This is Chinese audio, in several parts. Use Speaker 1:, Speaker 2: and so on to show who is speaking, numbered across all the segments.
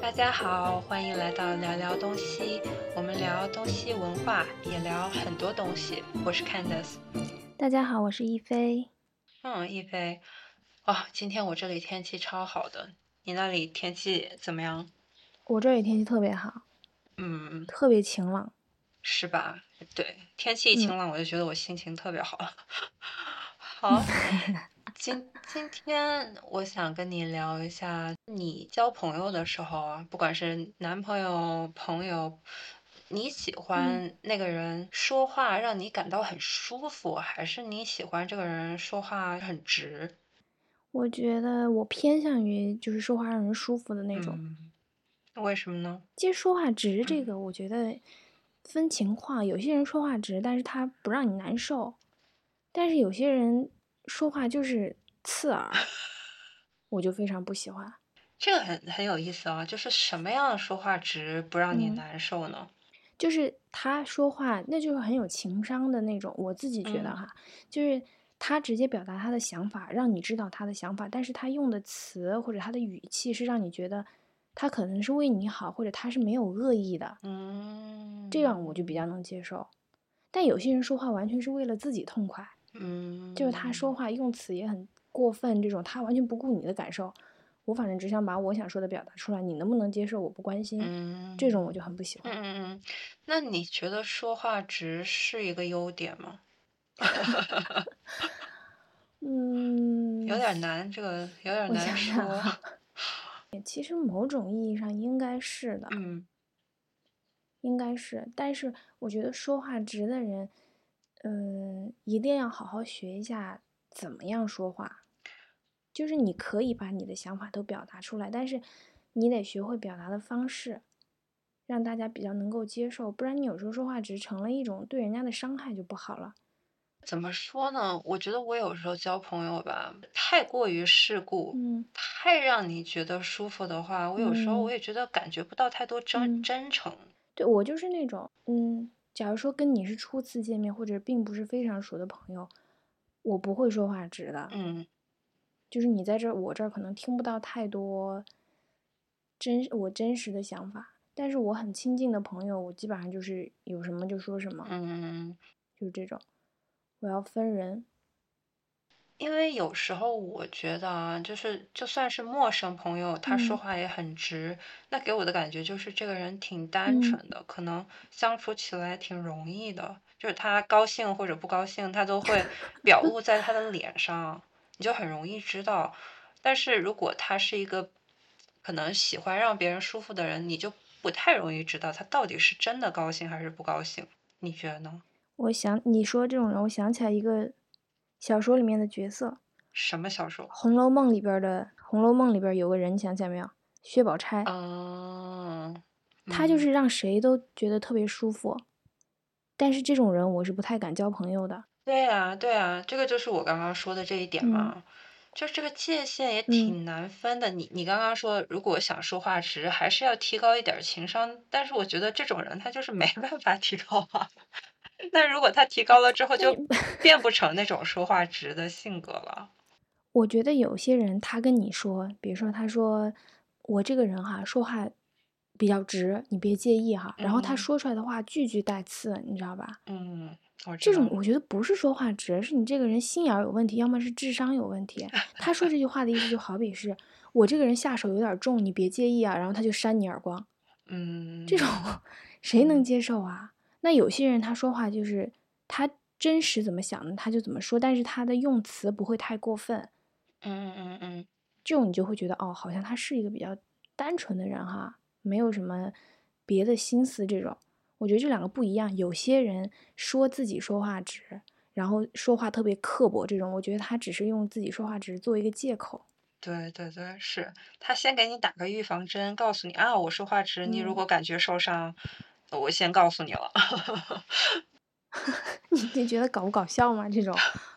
Speaker 1: 大家好，欢迎来到聊聊东西，我们聊东西文化，也聊很多东西。我是 Candice。
Speaker 2: 大家好，我是一菲。
Speaker 1: 嗯，一菲，哦，今天我这里天气超好的，你那里天气怎么样？
Speaker 2: 我这里天气特别好，
Speaker 1: 嗯，
Speaker 2: 特别晴朗。
Speaker 1: 是吧？对，天气一
Speaker 2: 嗯
Speaker 1: 晴朗，我就觉得我心情特别好。 好，
Speaker 2: 嗯
Speaker 1: 今今天我想跟你聊一下，你交朋友的时候啊，不管是男朋友、朋友，你
Speaker 2: 嗯
Speaker 1: 喜欢那个人说话让你感到很舒服，还是你喜欢这个人说话很直？
Speaker 2: 我觉得我偏向于就是说话让人舒服的那种。
Speaker 1: 嗯，为什么呢？
Speaker 2: 其实说话直这个，我觉得分情况，有些人说话直，但是他不让你难受；但是有些人说话就是刺 耳，我就非常不喜欢。
Speaker 1: 这个很很有意思啊，就是什么样的说话直不让你
Speaker 2: 嗯
Speaker 1: 难受呢？
Speaker 2: 就是他说话，那就是很有情商的那种。我自己觉得
Speaker 1: 嗯
Speaker 2: 哈，就是他直接表达他的想法，让你知道他的想法，但是他用的词或者他的语气是让你觉得他可能是为你好，或者他是没有恶意的，
Speaker 1: 嗯，
Speaker 2: 这样我就比较能接受。但有些人说话完全是为了自己痛快，
Speaker 1: 嗯，
Speaker 2: 就是他说话用词也很过分，这种他完全不顾你的感受。我反正只想把我想说的表达出来，你能不能接受我不关心，
Speaker 1: 嗯，
Speaker 2: 这种我就很不喜
Speaker 1: 嗯嗯
Speaker 2: 欢。
Speaker 1: 嗯，那你觉得说话直是一个优点吗？
Speaker 2: 嗯，
Speaker 1: 有点难，这个有点
Speaker 2: 我
Speaker 1: 难
Speaker 2: 想想
Speaker 1: 说。
Speaker 2: 啊，其实某种意义上应该是的，
Speaker 1: 嗯
Speaker 2: 应该是。但是我觉得说话直的人，嗯，一定要好好学一下怎么样说话。就是你可以把你的想法都表达出来，但是你得学会表达的方式，让大家比较能够接受。不然你有时候说话直成了一种对人家的伤害就不好了。
Speaker 1: 怎么说呢？我觉得我有时候交朋友吧，太过于世故，
Speaker 2: 嗯
Speaker 1: 太让你觉得舒服的话，我有时候我
Speaker 2: 嗯
Speaker 1: 也觉得感觉不到太多真
Speaker 2: 嗯
Speaker 1: 真诚。
Speaker 2: 对我就是那种，嗯，假如说跟你是初次见面或者并不是非常熟的朋友，我不会说话直的，
Speaker 1: 嗯
Speaker 2: 就是你在这儿我这儿可能听不到太多真我真实的想法，但是我很亲近的朋友，我基本上就是有什么就说什么，
Speaker 1: 嗯，
Speaker 2: 就是这种，我要分人，
Speaker 1: 因为有时候我觉得啊，就是就算是陌生朋友，他说
Speaker 2: 嗯
Speaker 1: 话也很直，那给我的感觉就是这个人挺单
Speaker 2: 嗯
Speaker 1: 纯的，可能相处起来挺容易的，就是他高兴或者不高兴，他都会 表露在他的脸上，你就很容易知道。但是如果他是一个可能喜欢让别人舒服的人，你就不太容易知道他到底是真的高兴还是不高兴，你觉得呢？
Speaker 2: 我想你说这种人，我想起来一个小说里面的角色，
Speaker 1: 什么小说？
Speaker 2: 《红楼梦》里边儿的《红楼梦》里边儿有个人，想起来没有？薛宝钗。
Speaker 1: 嗯，
Speaker 2: 他就
Speaker 1: 哦嗯
Speaker 2: 是让谁都觉得特别舒服。但是这种人我是不太敢交朋友的。
Speaker 1: 对啊，对啊，这个就是我刚刚说的这一点
Speaker 2: 嗯
Speaker 1: 嘛，就这个界限也
Speaker 2: 嗯
Speaker 1: 挺难分的。你你刚刚说，如果想说话直，还是要提高一点儿情商，但是我觉得这种人他就是没办法提高啊。 那如果他提高了之后， 就变不成那种说话直的性格了。
Speaker 2: 我觉得有些人他跟你说，比如说他说我这个人哈、说话比较直，你别介意哈、然后他
Speaker 1: 嗯
Speaker 2: 说出来的话句句带刺，你知道吧？
Speaker 1: 嗯，我知
Speaker 2: 这种
Speaker 1: 道。
Speaker 2: 我觉得不是说话直，是你这个人心眼儿有问题，要么是智商有问题。他说这句话的意思就好比是我这个人下手有点重，你别介意啊，然后他就扇你耳光。
Speaker 1: 嗯，
Speaker 2: 这种 谁能
Speaker 1: 嗯
Speaker 2: 接受啊？那有些人他说话就是他真实怎么想的他就怎么说，但是他的用词不会太过分，
Speaker 1: 嗯嗯嗯
Speaker 2: 这种你就会觉得哦，好像他是一个比较单纯的人哈，没有什么别的心思这种。我觉得这两个不一样，有些人说自己说话直，然后说话特别刻薄，这种我觉得他只是用自己说话直做一个借口。
Speaker 1: 对对对，是他先给你打个预防针，告诉你啊，我说话直，你如
Speaker 2: 嗯
Speaker 1: 果感觉受伤，我先告诉你了。
Speaker 2: 你你觉得搞不搞笑吗？这种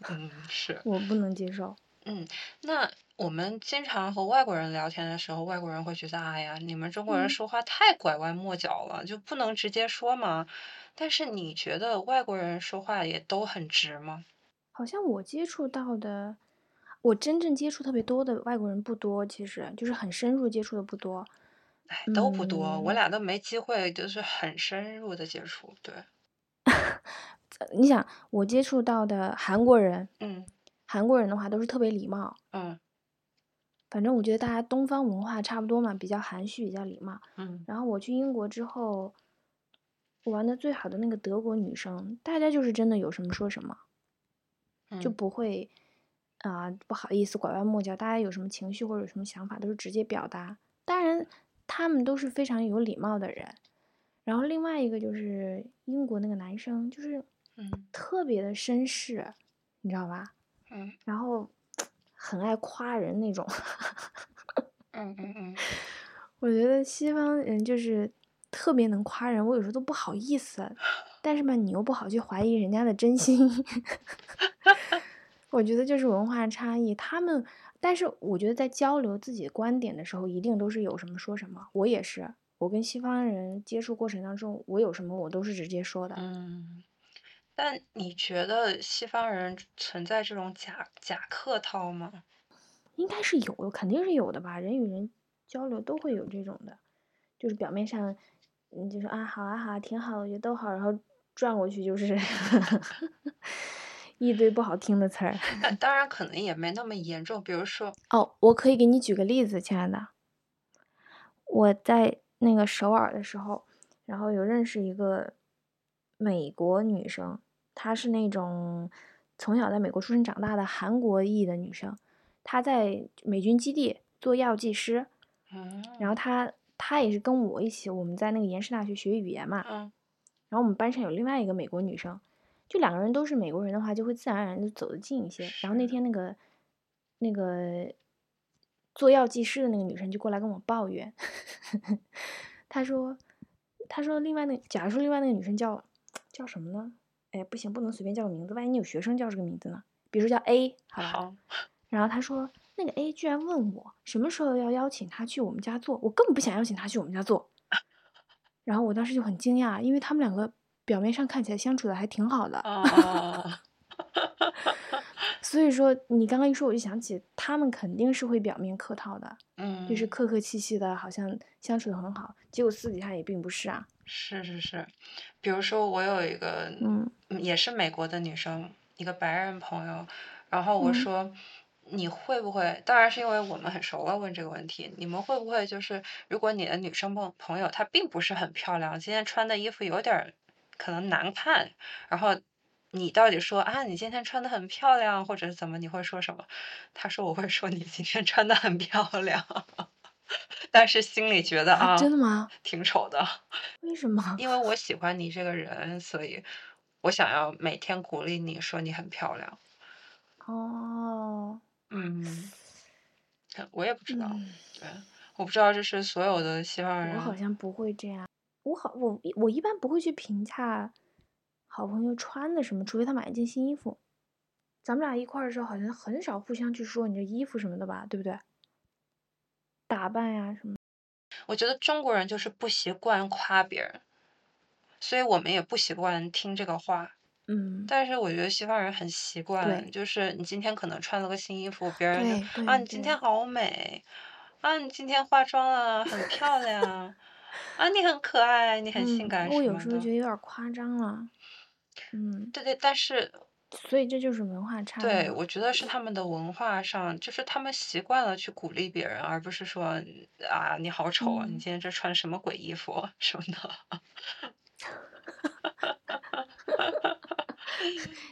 Speaker 1: 嗯，是，
Speaker 2: 我不能接受。
Speaker 1: 嗯，那我们经常和外国人聊天的时候，外国人会觉得，哎呀，你们中国人
Speaker 2: 嗯
Speaker 1: 说话太拐弯抹角了，就不能直接说吗？但是你觉得外国人说话也都很直吗？
Speaker 2: 好像我接触到的，我真正接触特别多的外国人不多，其实就是很深入接触的不多。
Speaker 1: 哎，都不多，我
Speaker 2: 嗯
Speaker 1: 俩都没机会，就是很深入的接触。对，
Speaker 2: 你想，我接触到的韩国人，
Speaker 1: 嗯
Speaker 2: 韩国人的话都是特别礼貌。
Speaker 1: 嗯
Speaker 2: 反正我觉得大家东方文化差不多嘛，比较含蓄，比较礼貌。
Speaker 1: 嗯
Speaker 2: 然后我去英国之后，我玩的最好的那个德国女生，大家就是真的有什么说什么，就
Speaker 1: 嗯
Speaker 2: 不会啊、不好意思拐弯抹角，大家有什么情绪或者有什么想法都是直接表达。当然，他们都是非常有礼貌的人。然后另外一个就是英国那个男生，就是
Speaker 1: 嗯
Speaker 2: 特别的绅士，你知道吧？
Speaker 1: 嗯
Speaker 2: 然后很爱夸人那种。
Speaker 1: 嗯嗯嗯，
Speaker 2: 我觉得西方人就是特别能夸人，我有时候都不好意思，但是吧，你又不好去怀疑人家的真心。 我觉得就是文化差异，他们，但是我觉得在交流自己的观点的时候，一定都是有什么说什么。我也是，我跟西方人接触过程当中，我有什么我都是直接说的。
Speaker 1: 嗯。但你觉得西方人存在这种假假客套吗？
Speaker 2: 应该是有的，肯定是有的吧。人与人交流都会有这种的，就是表面上，嗯，就说啊好啊好啊，挺好，我觉得都好，然后转过去就是 一堆不好听的词儿。
Speaker 1: 但当然可能也没那么严重，比如说，
Speaker 2: 哦，我可以给你举个例子，亲爱的，我在那个首尔的时候，然后有认识一个美国女生，她是那种从小在美国出生长大的韩国裔的女生，她在美军基地做药剂师。
Speaker 1: 嗯
Speaker 2: 然后他他也是跟我一起，我们在那个延世大学学语言嘛。
Speaker 1: 嗯
Speaker 2: 然后我们班上有另外一个美国女生，就两个人都是美国人的话，就会自然而然就走得近一些。然后那
Speaker 1: 是
Speaker 2: 天那个那个做药剂师的那个女生就过来跟我抱怨， 她说她说另外那假如说另外那个女生叫叫什么呢？哎，不行，不能随便叫个名字，万一你有学生叫这个名字呢？比如说叫 A，好吧？
Speaker 1: 好，哦
Speaker 2: 然后他说，那个 A 居然问我什么时候要邀请他去我们家做，我根本不想邀请他去我们家做。 然后我当时就很惊讶，因为他们两个表面上看起来相处的还挺好的，
Speaker 1: 哦哦，
Speaker 2: 所以说你刚刚一说，我就想起他们肯定是会表面客套的，
Speaker 1: 嗯，
Speaker 2: 就是客客气气的，好像相处的很好，结果私底下也并不是啊。
Speaker 1: 是是是，比如说我有一个
Speaker 2: 嗯
Speaker 1: 嗯也是美国的女生，一个白人朋友，然后我
Speaker 2: 嗯
Speaker 1: 说。你会不会？当然是因为我们很熟了，问这个问题。你们会不会就是，如果你的女生朋朋友她并不是很漂亮，今天穿的衣服有点儿可能难看，然后你到底说啊，你今天穿的很漂亮，或者是怎么？你会说什么？她说我会说你今天穿的很漂亮， 但是心里觉得
Speaker 2: 啊，
Speaker 1: 啊，
Speaker 2: 真的吗？
Speaker 1: 挺丑的。
Speaker 2: 为什么？
Speaker 1: 因为我喜欢你这个人，所以我想要每天鼓励你说你很漂亮。
Speaker 2: 哦，
Speaker 1: 嗯，呃我也不知道，
Speaker 2: 嗯。
Speaker 1: 对，我不知道这是所有的西方
Speaker 2: 我好
Speaker 1: 人，
Speaker 2: 像不会这样，我好我一我一般不会去评价好朋友穿的什么，除非他买一件新衣服。咱们俩一块儿的时候，好像很少互相去说你这衣服什么的吧，对不对？打扮呀、什么，
Speaker 1: 我觉得中国人就是不习惯夸别人，所以我们也不习惯听这个话。
Speaker 2: 嗯，
Speaker 1: 但是我觉得西方人很习惯，
Speaker 2: 对
Speaker 1: 就是你今天可能穿了个新衣服，别人就
Speaker 2: 对对
Speaker 1: 啊，你今天
Speaker 2: 对，
Speaker 1: 好美，啊，你今天化妆了，很漂 亮，啊，你很可爱，你很性
Speaker 2: 嗯，
Speaker 1: 感
Speaker 2: 我
Speaker 1: 什
Speaker 2: 有
Speaker 1: 么
Speaker 2: 时候
Speaker 1: 的。
Speaker 2: 觉得有点儿夸张了，嗯，
Speaker 1: 对对，但是
Speaker 2: 所以这就是文化差异
Speaker 1: 对，
Speaker 2: 嘛，
Speaker 1: 我觉得是他们的文化上，就是他们习惯了去鼓励别人，而不是说啊你好丑啊，你
Speaker 2: 嗯，
Speaker 1: 今天这穿什么鬼衣服啊什么的。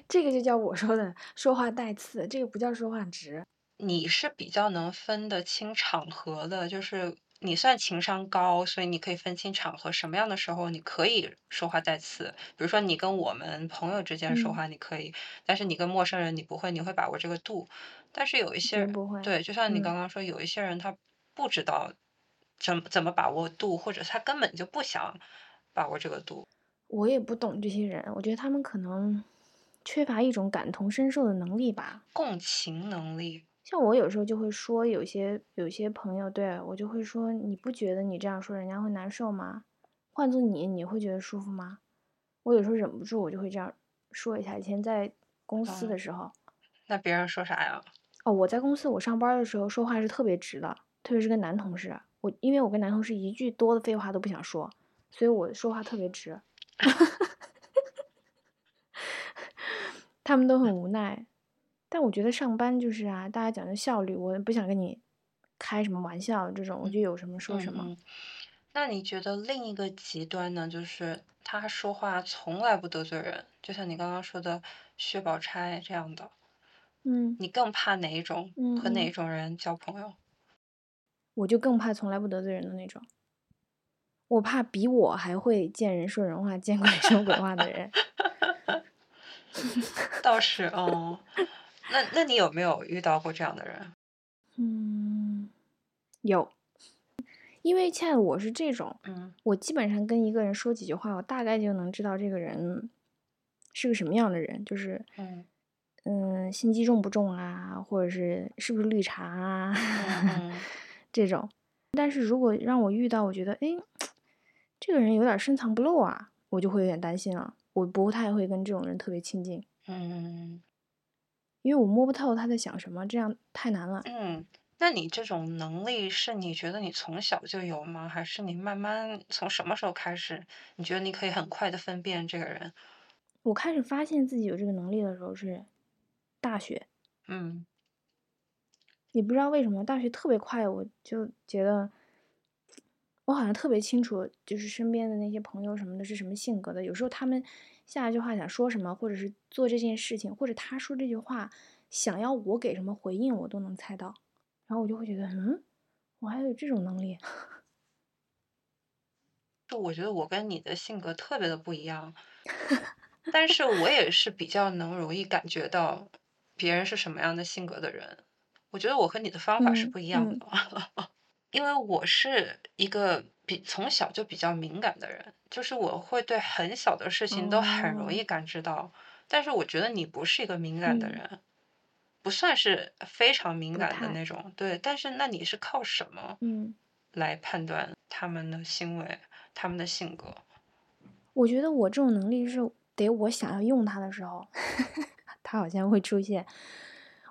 Speaker 2: 这个就叫我说的说话带刺，这个不叫说话直，
Speaker 1: 你是比较能分得清场合的，就是你算情商高，所以你可以分清场合，什么样的时候你可以说话带刺。比如说你跟我们朋友之间说
Speaker 2: 嗯，
Speaker 1: 话你可以，但是你跟陌生人你不会，你会把握这个度。但是有一些
Speaker 2: 绝
Speaker 1: 人，
Speaker 2: 不会，
Speaker 1: 对，就像你
Speaker 2: 嗯。
Speaker 1: 刚刚说，有一些人他不知道怎么怎么把握度，或者他根本就不想把握这个度。
Speaker 2: 我也不懂这些人，我觉得他们可能缺乏一种感同身受的能力吧。
Speaker 1: 共情能力，
Speaker 2: 像我有时候就会说，有些有些朋友对我就会说，你不觉得你这样说人家会难受吗？换做你，你会觉得舒服吗？我有时候忍不住，我就会这样说一下。以前在公司
Speaker 1: 嗯，
Speaker 2: 的时候，
Speaker 1: 那别人说啥呀？
Speaker 2: 哦，我在公司我上班儿的时候说话是特别直的，特别是跟男同事，我因为我跟男同事一句多的废话都不想说，所以我说话特别直。 他们都很无奈，但我觉得上班就是啊，大家讲究效率，我不想跟你开什么玩笑，这种我就有什么说什么。
Speaker 1: 嗯嗯那你觉得另一个极端呢？就是他说话从来不得罪人，就像你刚刚说的薛宝钗这样的，
Speaker 2: 嗯，
Speaker 1: 你更怕哪一种？
Speaker 2: 嗯
Speaker 1: 和哪
Speaker 2: 嗯
Speaker 1: 一种人交朋友？
Speaker 2: 我就更怕从来不得罪人的那种。我怕比我还会见人说人话、见鬼说鬼话的人。
Speaker 1: 倒是，哦， 那那你有没有遇到过这样的人？
Speaker 2: 嗯，有，因为恰我是这种，
Speaker 1: 嗯
Speaker 2: 我基本上跟一个人说几句话，我大概就能知道这个人是个什么样的人，就是
Speaker 1: 嗯
Speaker 2: 嗯，心机重不重啊，或者是是不是绿茶啊，
Speaker 1: 嗯嗯
Speaker 2: 这种。但是如果让我遇到，我觉得诶，这个人有点深藏不露啊，我就会有点担心了。我不太会跟这种人特别亲近，
Speaker 1: 嗯
Speaker 2: 因为我摸不透他在想什么，这样太难了。
Speaker 1: 嗯，那你这种能力是你觉得你从小就有吗？还是你慢慢从什么时候开始，你觉得你可以很快的分辨这个人？
Speaker 2: 我开始发现自己有这个能力的时候是大学，
Speaker 1: 嗯
Speaker 2: 也不知道为什么，大学特别快，我就觉得我好像特别清楚，就是身边的那些朋友什么的是什么性格的。有时候他们下一句话想说什么，或者是做这件事情，或者他说这句话想要我给什么回应，我都能猜到。然后我就会觉得，嗯，我还有这种能力。
Speaker 1: 就我觉得我跟你的性格特别的不一 样，但是我也是比较能容易感觉到别人是什么样的性格的人。我觉得我和你的方法是
Speaker 2: 嗯
Speaker 1: 不一样
Speaker 2: 嗯
Speaker 1: 的， 因为我是一个比从小就比较敏感的人，就是我会对很小的事情都很容易
Speaker 2: 哦
Speaker 1: 感知到。但是我觉得你不是一个敏感的
Speaker 2: 嗯
Speaker 1: 人，不算是非常敏
Speaker 2: 不
Speaker 1: 感的
Speaker 2: 太，
Speaker 1: 那种。对，但是那你是靠什么
Speaker 2: 嗯，
Speaker 1: 来判断他们的行为、他们的性格？
Speaker 2: 我觉得我这种能力是得我想要用它的时候， 它好像会出现。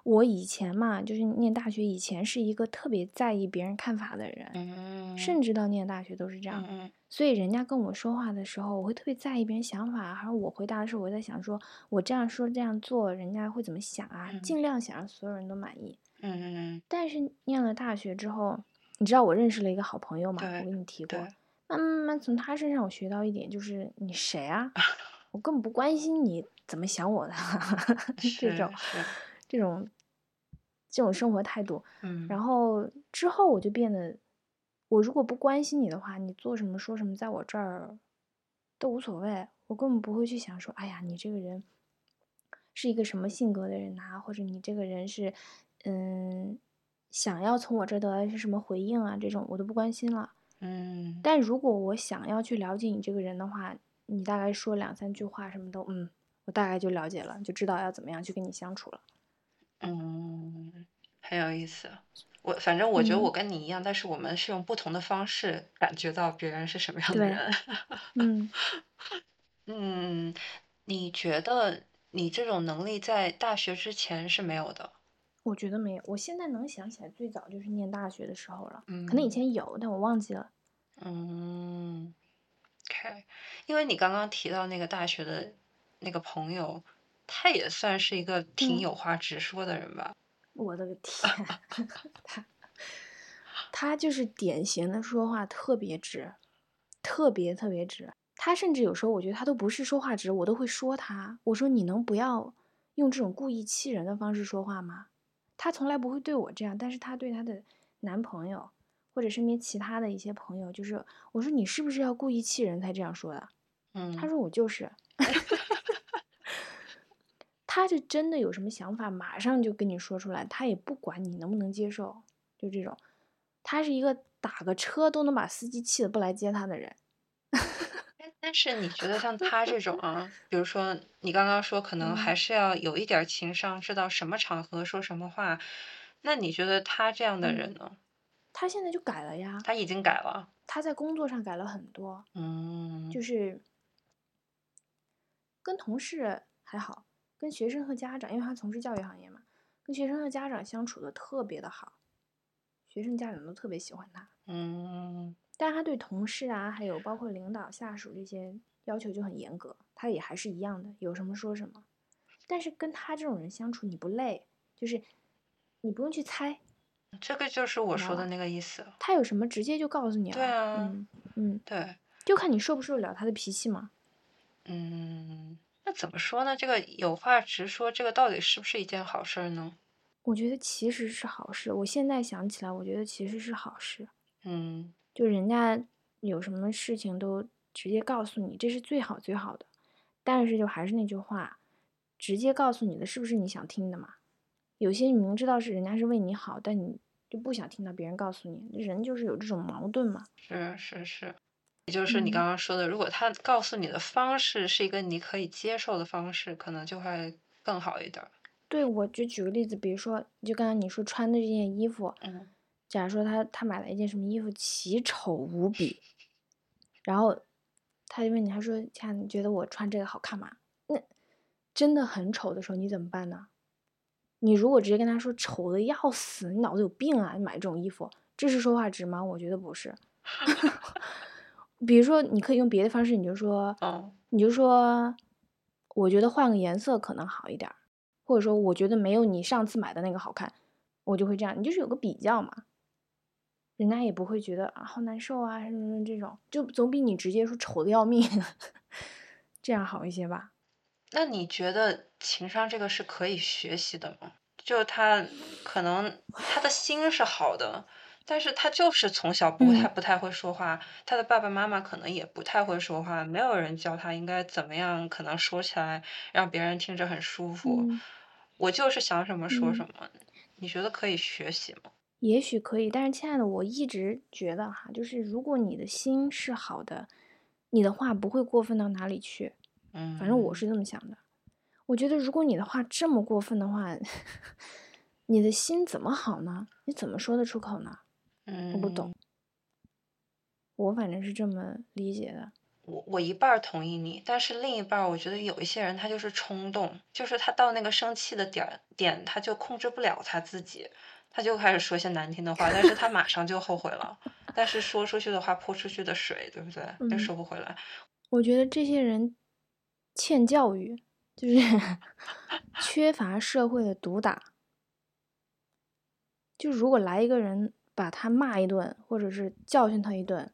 Speaker 2: 我以前嘛，就是念大学以前是一个特别在意别人看法的人，
Speaker 1: 嗯
Speaker 2: 甚至到念大学都是这样。
Speaker 1: 嗯
Speaker 2: 所以人家跟我说话的时候，我会特别在意别人想法，还有我回答的时候，我在想说，我这样说这样做，人家会怎么想啊？
Speaker 1: 嗯
Speaker 2: 尽量想让所有人都满意。
Speaker 1: 嗯嗯，嗯，
Speaker 2: 但是念了大学之后，你知道我认识了一个好朋友嘛？我
Speaker 1: 对
Speaker 2: 跟你提过，
Speaker 1: 对，
Speaker 2: 那慢慢慢从他身上我学到一点，就是你谁啊？我根本不关心你怎么想我的 这种
Speaker 1: 是是，
Speaker 2: 这种这种生活态度。
Speaker 1: 嗯
Speaker 2: 然后之后我就变得，我如果不关心你的话，你做什么说什么，在我这儿都无所谓，我根本不会去想说，哎呀，你这个人是一个什么性格的人呐、或者你这个人是，嗯，想要从我这儿得到一些什么回应啊，这种我都不关心了。
Speaker 1: 嗯
Speaker 2: 但如果我想要去了解你这个人的话，你大概说两三句话什么的，嗯，我大概就了解了，就知道要怎么样去跟你相处了。
Speaker 1: 嗯，很有意思。我反正我觉得我
Speaker 2: 嗯，
Speaker 1: 跟你一样，但是我们是用不同的方式感觉到别人是什么样的
Speaker 2: 对，
Speaker 1: 人。
Speaker 2: 嗯。
Speaker 1: 嗯，你觉得你这种能力在大学之前是没有的？
Speaker 2: 我觉得没有，我现在能想起来最早就是念大学的时候了，可能以
Speaker 1: 嗯
Speaker 2: 前有，但我忘记了。
Speaker 1: 嗯，OK，因为你刚刚提到那个大学的那个朋友，他也算是一个挺
Speaker 2: 嗯，
Speaker 1: 有话直说的人吧？
Speaker 2: 我的个天，他他就是典型的说话特别直，特别特别直。他甚至有时候我觉得他都不是说话直，我都会说他，我说你能不要用这种故意气人的方式说话吗？他从来不会对我这样，但是他对他的男朋友或者身边其他的一些朋友，就是我说你是不是要故意气人才这样说的？他
Speaker 1: 嗯
Speaker 2: 说我就是。他是真的有什么想法，马上就跟你说出来，他也不管你能不能接受，就这种。他是一个打个车都能把司机气得不来接他的人。
Speaker 1: 但但是你觉得像他这种 啊，比如说你刚刚说可能还
Speaker 2: 嗯
Speaker 1: 是要有一点儿情商，知道什么场合说什么话，那你觉得他这样的
Speaker 2: 嗯，
Speaker 1: 人呢？
Speaker 2: 他现在就改了呀，
Speaker 1: 他已经改了，
Speaker 2: 他在工作上改了很多，
Speaker 1: 嗯
Speaker 2: 就是跟同事还好，跟学生和家长，因为他从事教育行业嘛，跟学生和家长相处的特别的好。学生家长都特别喜欢他，
Speaker 1: 嗯，
Speaker 2: 但是他对同事啊，还有包括领导、下属这些要求就很严格，他也还是一样的，有什么说什么。但是跟他这种人相处，你不累，就是你不用去猜
Speaker 1: 这个就是我说的
Speaker 2: 哇
Speaker 1: 那个意思。
Speaker 2: 他有什么，直接就告诉你了。
Speaker 1: 对啊
Speaker 2: 嗯嗯，
Speaker 1: 对，
Speaker 2: 就看你受不受得了他的脾气嘛。
Speaker 1: 嗯，那怎么说呢？这个有话直说，这个到底是不是一件好事儿呢？
Speaker 2: 我觉得其实是好事，我现在想起来，我觉得其实是好事，
Speaker 1: 嗯
Speaker 2: 就人家有什么事情都直接告诉你，这是最好最好的。但是就还是那句话，直接告诉你的是不是你想听的嘛？有些你明知道是人家是为你好，但你就不想听到别人告诉你，人就是有这种矛盾嘛。
Speaker 1: 是是是，也就是你刚
Speaker 2: 嗯
Speaker 1: 刚说的，如果他告诉你的方式是一个你可以接受的方式，可能就会更好一点儿。
Speaker 2: 对，我就举个例子，比如说，就刚刚你说穿的这件衣服，
Speaker 1: 嗯
Speaker 2: 假如说他他买了一件什么衣服，奇丑无比，然后他就问你，他说：“亲爱的，你觉得我穿这个好看吗？”那真的很丑的时候，你怎么办呢？你如果直接跟他说丑的要死，你脑子有病啊！你买这种衣服，这是说话直吗？我觉得不是。 比如说，你可以用别的方式，你就说，
Speaker 1: 哦，
Speaker 2: 你就说，我觉得换个颜色可能好一点儿，或者说我觉得没有你上次买的那个好看，我就会这样，你就是有个比较嘛，人家也不会觉得啊好难受啊什么什么这种，就总比你直接说丑的要命， 这样好一些吧。
Speaker 1: 那你觉得情商这个是可以学习的吗？就他可能他的心是好的，但是他就是从小不太
Speaker 2: 嗯
Speaker 1: 不太会说话，他的爸爸妈妈可能也不太会说话，没有人教他应该怎么样，可能说起来让别人听着很舒服。
Speaker 2: 嗯，
Speaker 1: 我就是想什么说
Speaker 2: 嗯
Speaker 1: 什么，你觉得可以学习吗？
Speaker 2: 也许可以，但是亲爱的，我一直觉得哈，就是如果你的心是好的，你的话不会过分到哪里去。
Speaker 1: 嗯，
Speaker 2: 反正我是这么想的。我觉得如果你的话这么过分的话， 你的心怎么好呢？你怎么说得出口呢？
Speaker 1: 嗯，
Speaker 2: 我不懂，我反正是这么理解的。
Speaker 1: 我我一半儿同意你，但是另一半儿我觉得有一些人他就是冲动，就是他到那个生气的点儿点，他就控制不了他自己，他就开始说些难听的话，但是他马上就后悔了。但是说出去的话泼出去的水，对不对？又
Speaker 2: 嗯
Speaker 1: 收不回来。
Speaker 2: 我觉得这些人欠教育，就是 缺乏社会的毒打。就如果来一个人把他骂一顿，或者是教训他一顿，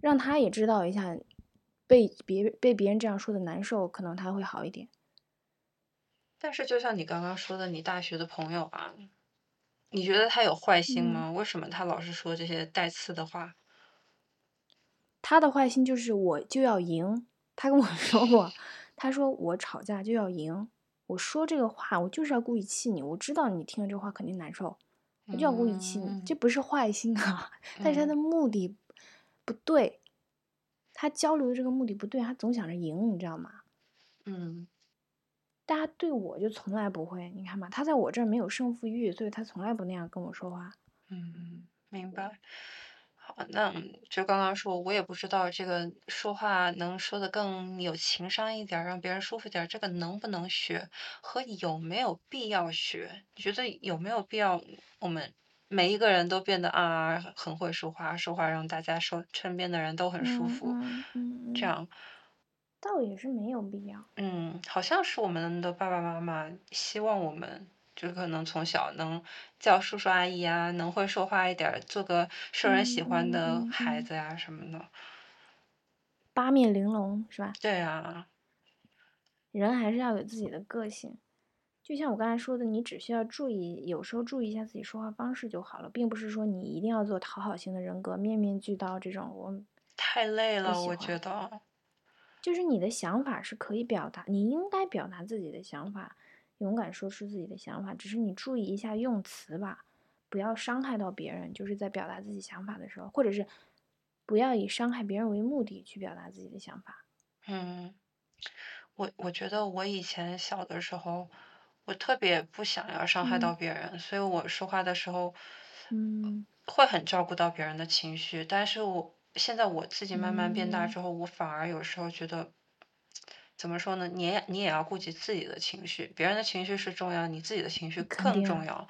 Speaker 2: 让他也知道一下被别被别人这样说的难受，可能他会好一点。
Speaker 1: 但是就像你刚刚说的，你大学的朋友啊，你觉得他有坏心
Speaker 2: 嗯
Speaker 1: 吗？为什么他老是说这些带刺的话？
Speaker 2: 他的坏心就是我就要赢。他跟我 说过，他说我吵架就要赢。我说这个话，我就是要故意气你。我知道你听了这话肯定难受，我就要故意气
Speaker 1: 嗯
Speaker 2: 你。这不是坏心啊， 但是他的目的不对，他交流的这个目的不对，他总想着赢，你知道吗？
Speaker 1: 嗯
Speaker 2: 但他对我就从来不会，你看嘛，他在我这儿没有胜负欲，所以他从来不那样跟我说话。
Speaker 1: 嗯嗯，明白。好，那嗯就刚刚说，我也不知道这个说话能说的更有情商一点儿，让别人舒服点儿，这个能不能学和有没有必要学？你觉得有没有必要我们每一个人都变得啊很会说话，说话让大家说身边的人都很舒服，
Speaker 2: 嗯嗯嗯
Speaker 1: 这样
Speaker 2: 倒也是没有必要。
Speaker 1: 嗯，好像是我们的爸爸妈妈希望我们，就可能从小能叫叔叔阿姨啊，能会说话一点儿，做个受人喜
Speaker 2: 嗯
Speaker 1: 欢
Speaker 2: 嗯
Speaker 1: 的
Speaker 2: 嗯
Speaker 1: 孩
Speaker 2: 嗯
Speaker 1: 子呀、什么的。
Speaker 2: 八面玲珑是吧？
Speaker 1: 对啊，
Speaker 2: 人还是要有自己的个性。就像我刚才说的，你只需要注意，有时候注意一下自己说话方式就好了，并不是说你一定要做讨好型的人格，面面俱到这种。我
Speaker 1: 太累了，
Speaker 2: 喜
Speaker 1: 我
Speaker 2: 欢
Speaker 1: 觉得。
Speaker 2: 就是你的想法是可以表达，你应该表达自己的想法，勇敢说出自己的想法，只是你注意一下用词吧，不要伤害到别人。就是在表达自己想法的时候，或者是不要以伤害别人为目的去表达自己的想法。
Speaker 1: 嗯，我我觉得我以前小的时候，我特别不想要伤害到
Speaker 2: 嗯
Speaker 1: 别人，所以我说话的时候
Speaker 2: 嗯
Speaker 1: 会很照顾到别人的情绪。但是我现在我自己慢慢变大
Speaker 2: 嗯
Speaker 1: 之后，我反而有时候觉得，怎么说呢？你也你也要顾及自己的情绪，别人的情绪是重要，你自己的情绪
Speaker 2: 肯
Speaker 1: 更
Speaker 2: 定
Speaker 1: 重
Speaker 2: 啊
Speaker 1: 要。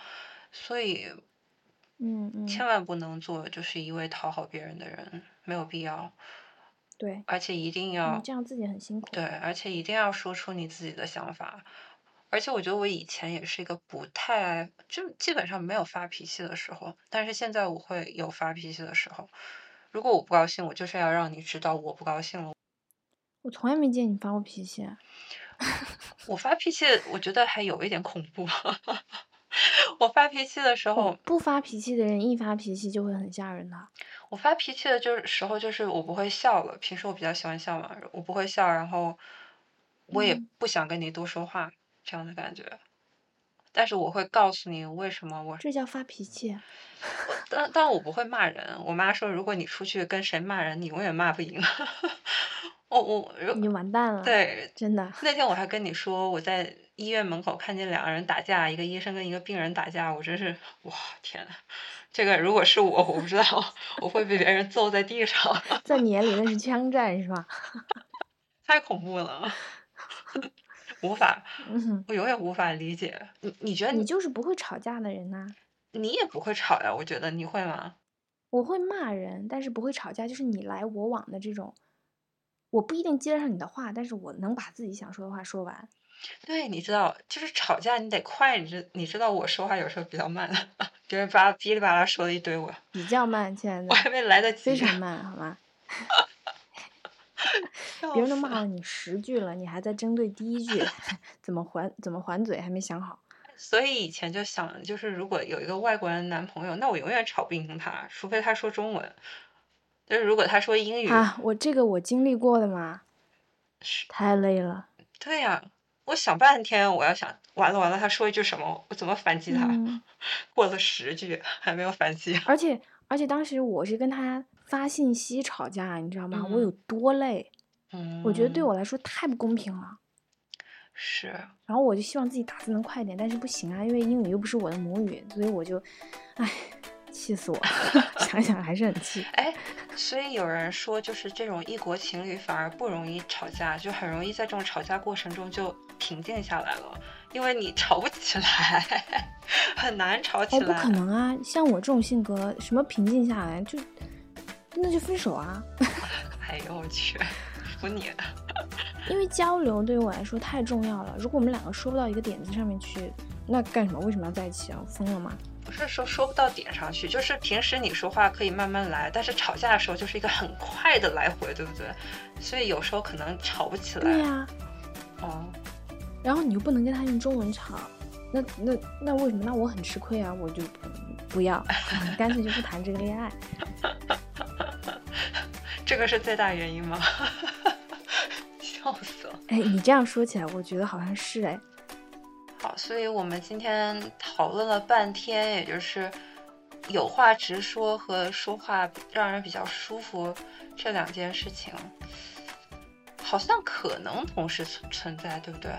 Speaker 1: 所以
Speaker 2: 嗯嗯，
Speaker 1: 千万不能做就是一味讨好别人的人，没有必要。
Speaker 2: 对，
Speaker 1: 而且一定要
Speaker 2: 嗯这样自己很辛苦。
Speaker 1: 对，而且一定要说出你自己的想法。而且我觉得我以前也是一个不太爱，就基本上没有发脾气的时候，但是现在我会有发脾气的时候。如果我不高兴，我就是要让你知道我不高兴了。
Speaker 2: 我从来没见你发过脾气啊，
Speaker 1: 我发脾气，我觉得还有一点恐怖。 我发脾气的时候，
Speaker 2: 不发脾气的人一发脾气就会很吓人的。
Speaker 1: 我发脾气的就是时候，就是我不会笑了。平时我比较喜欢笑嘛，我不会笑，然后我也
Speaker 2: 嗯
Speaker 1: 不想跟你多说话，这样的感觉。但是我会告诉你为什么我，
Speaker 2: 这叫发脾气。
Speaker 1: 我但但我不会骂人。我妈说，如果你出去跟谁骂人，你永远骂不赢。 我我如
Speaker 2: 你就完蛋了。，
Speaker 1: 对
Speaker 2: 真的。
Speaker 1: 那天我还跟你说，我在医院门口看见两个人打架，一个医生跟一个病人打架，我真是哇天呐，这个如果是我，我不知道我会被别人揍在地上，
Speaker 2: 在你眼里那是枪战是吧？
Speaker 1: 太恐怖了， 无法，
Speaker 2: 嗯，
Speaker 1: 我永远无法理解。你你觉得
Speaker 2: 你
Speaker 1: 你
Speaker 2: 就是不会吵架的人呐、
Speaker 1: 你也不会吵呀？我觉得你会吗？
Speaker 2: 我会骂人，但是不会吵架，就是你来我往的这种。我不一定接得上你的话，但是我能把自己想说的话说完。
Speaker 1: 对，你知道，就是吵架你得快，你知你知道我说话有时候比较慢，别人巴哔哩吧啦说了一堆我，
Speaker 2: 比较慢，亲爱的
Speaker 1: 我，还没来得及
Speaker 2: 非常慢，好吗？
Speaker 1: 笑
Speaker 2: 别人都
Speaker 1: 死
Speaker 2: 骂了你十句了，你还在针对第一句怎么还怎么还嘴，还没想好。
Speaker 1: 所以以前就想，就是如果有一个外国人男朋友，那我永远吵不赢他，除非他说中文。就是如果他说英语，
Speaker 2: 啊，我这个我经历过的嘛，
Speaker 1: 嗯是
Speaker 2: 太累了。
Speaker 1: 对呀、我想半天，我要想完了完了，他说一句什么，我怎么反击他？
Speaker 2: 嗯，
Speaker 1: 过了十句还没有反击，
Speaker 2: 而且而且当时我是跟他发信息吵架，你知道吗？我有多累？
Speaker 1: 嗯，
Speaker 2: 我觉得对我来说太不公平了。
Speaker 1: 是
Speaker 2: 然后我就希望自己打字能快一点，但是不行啊，因为英语又不是我的母语，所以我就，唉，气死我了！ 想想还是很 气。
Speaker 1: 哎，所以有人说，就是这种异国情侣反而不容易吵架，就很容易在这种吵架过程中就平静下来了，因为你吵不起来，很难吵起
Speaker 2: 哦，不
Speaker 1: 来。
Speaker 2: 可能啊！像我这种性格，什么平静下来就，那就分手啊！
Speaker 1: 哎呦我去，服你了！
Speaker 2: 因为交流对于我来说太重要了。如果我们两个说不到一个点子上面去，那干什么？为什么要在一起啊？我疯了吗？
Speaker 1: 不是说说不到点上去，就是平时你说话可以慢慢来，但是吵架的时候就是一个很快的来回，对不对？所以有时候可能吵不起来。
Speaker 2: 对呀、
Speaker 1: 哦，
Speaker 2: 然后你又不能跟他用中文吵，那那那为什么？那我很吃亏啊！我就不不要， 干脆就不谈这个恋爱。
Speaker 1: 这个是最大原因吗？ 笑死了。
Speaker 2: 哎，你这样说起来，我觉得好像是哎。
Speaker 1: 好，所以我们今天讨论了半天，也就是有话直说和说话让人比较舒服这两件事情，好像可能同时存存在，对不对？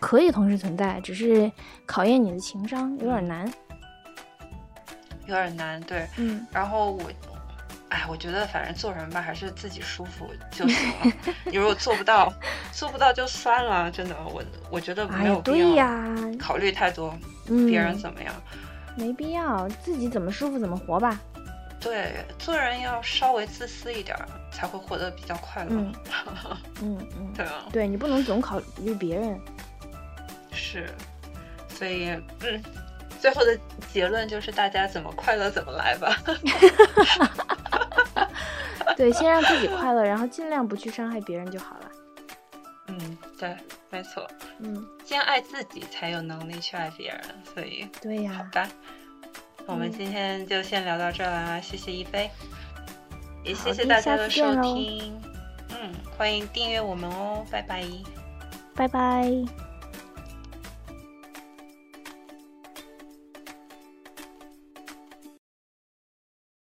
Speaker 2: 可以同时存在，只是考验你的情商有
Speaker 1: 嗯
Speaker 2: 点难。
Speaker 1: 有点难，对。
Speaker 2: 嗯，
Speaker 1: 然后我，哎，我觉得反正做人吧，还是自己舒服就行了。 你如果做不到，做不到就算了，真的，我我觉得
Speaker 2: 哎
Speaker 1: 没
Speaker 2: 呀
Speaker 1: 有，必
Speaker 2: 对呀
Speaker 1: 要，考虑太多
Speaker 2: 嗯，
Speaker 1: 别人怎么样。
Speaker 2: 没必要，自己怎么舒服怎么活吧。
Speaker 1: 对，做人要稍微自私一点儿，才会活得比较快乐。
Speaker 2: 嗯嗯嗯，
Speaker 1: 对啊，
Speaker 2: 对你不能总考虑别人。
Speaker 1: 是，所以嗯，最后的结论就是大家怎么快乐怎么来 吧。
Speaker 2: 对，先让自己快乐，然后尽量不去伤害别人就好了。
Speaker 1: 嗯，对，没错，
Speaker 2: 嗯，
Speaker 1: 先爱自己才有能力去爱别人，所以。
Speaker 2: 对
Speaker 1: 好
Speaker 2: 呀。
Speaker 1: 吧，我们
Speaker 2: 嗯
Speaker 1: 今天就先聊到这儿啦，谢谢一菲，也
Speaker 2: 好
Speaker 1: 谢谢
Speaker 2: 的
Speaker 1: 大
Speaker 2: 下
Speaker 1: 家的
Speaker 2: 次
Speaker 1: 收
Speaker 2: 见喽
Speaker 1: 听，嗯，欢迎订阅我们哦，拜拜。
Speaker 2: 拜拜。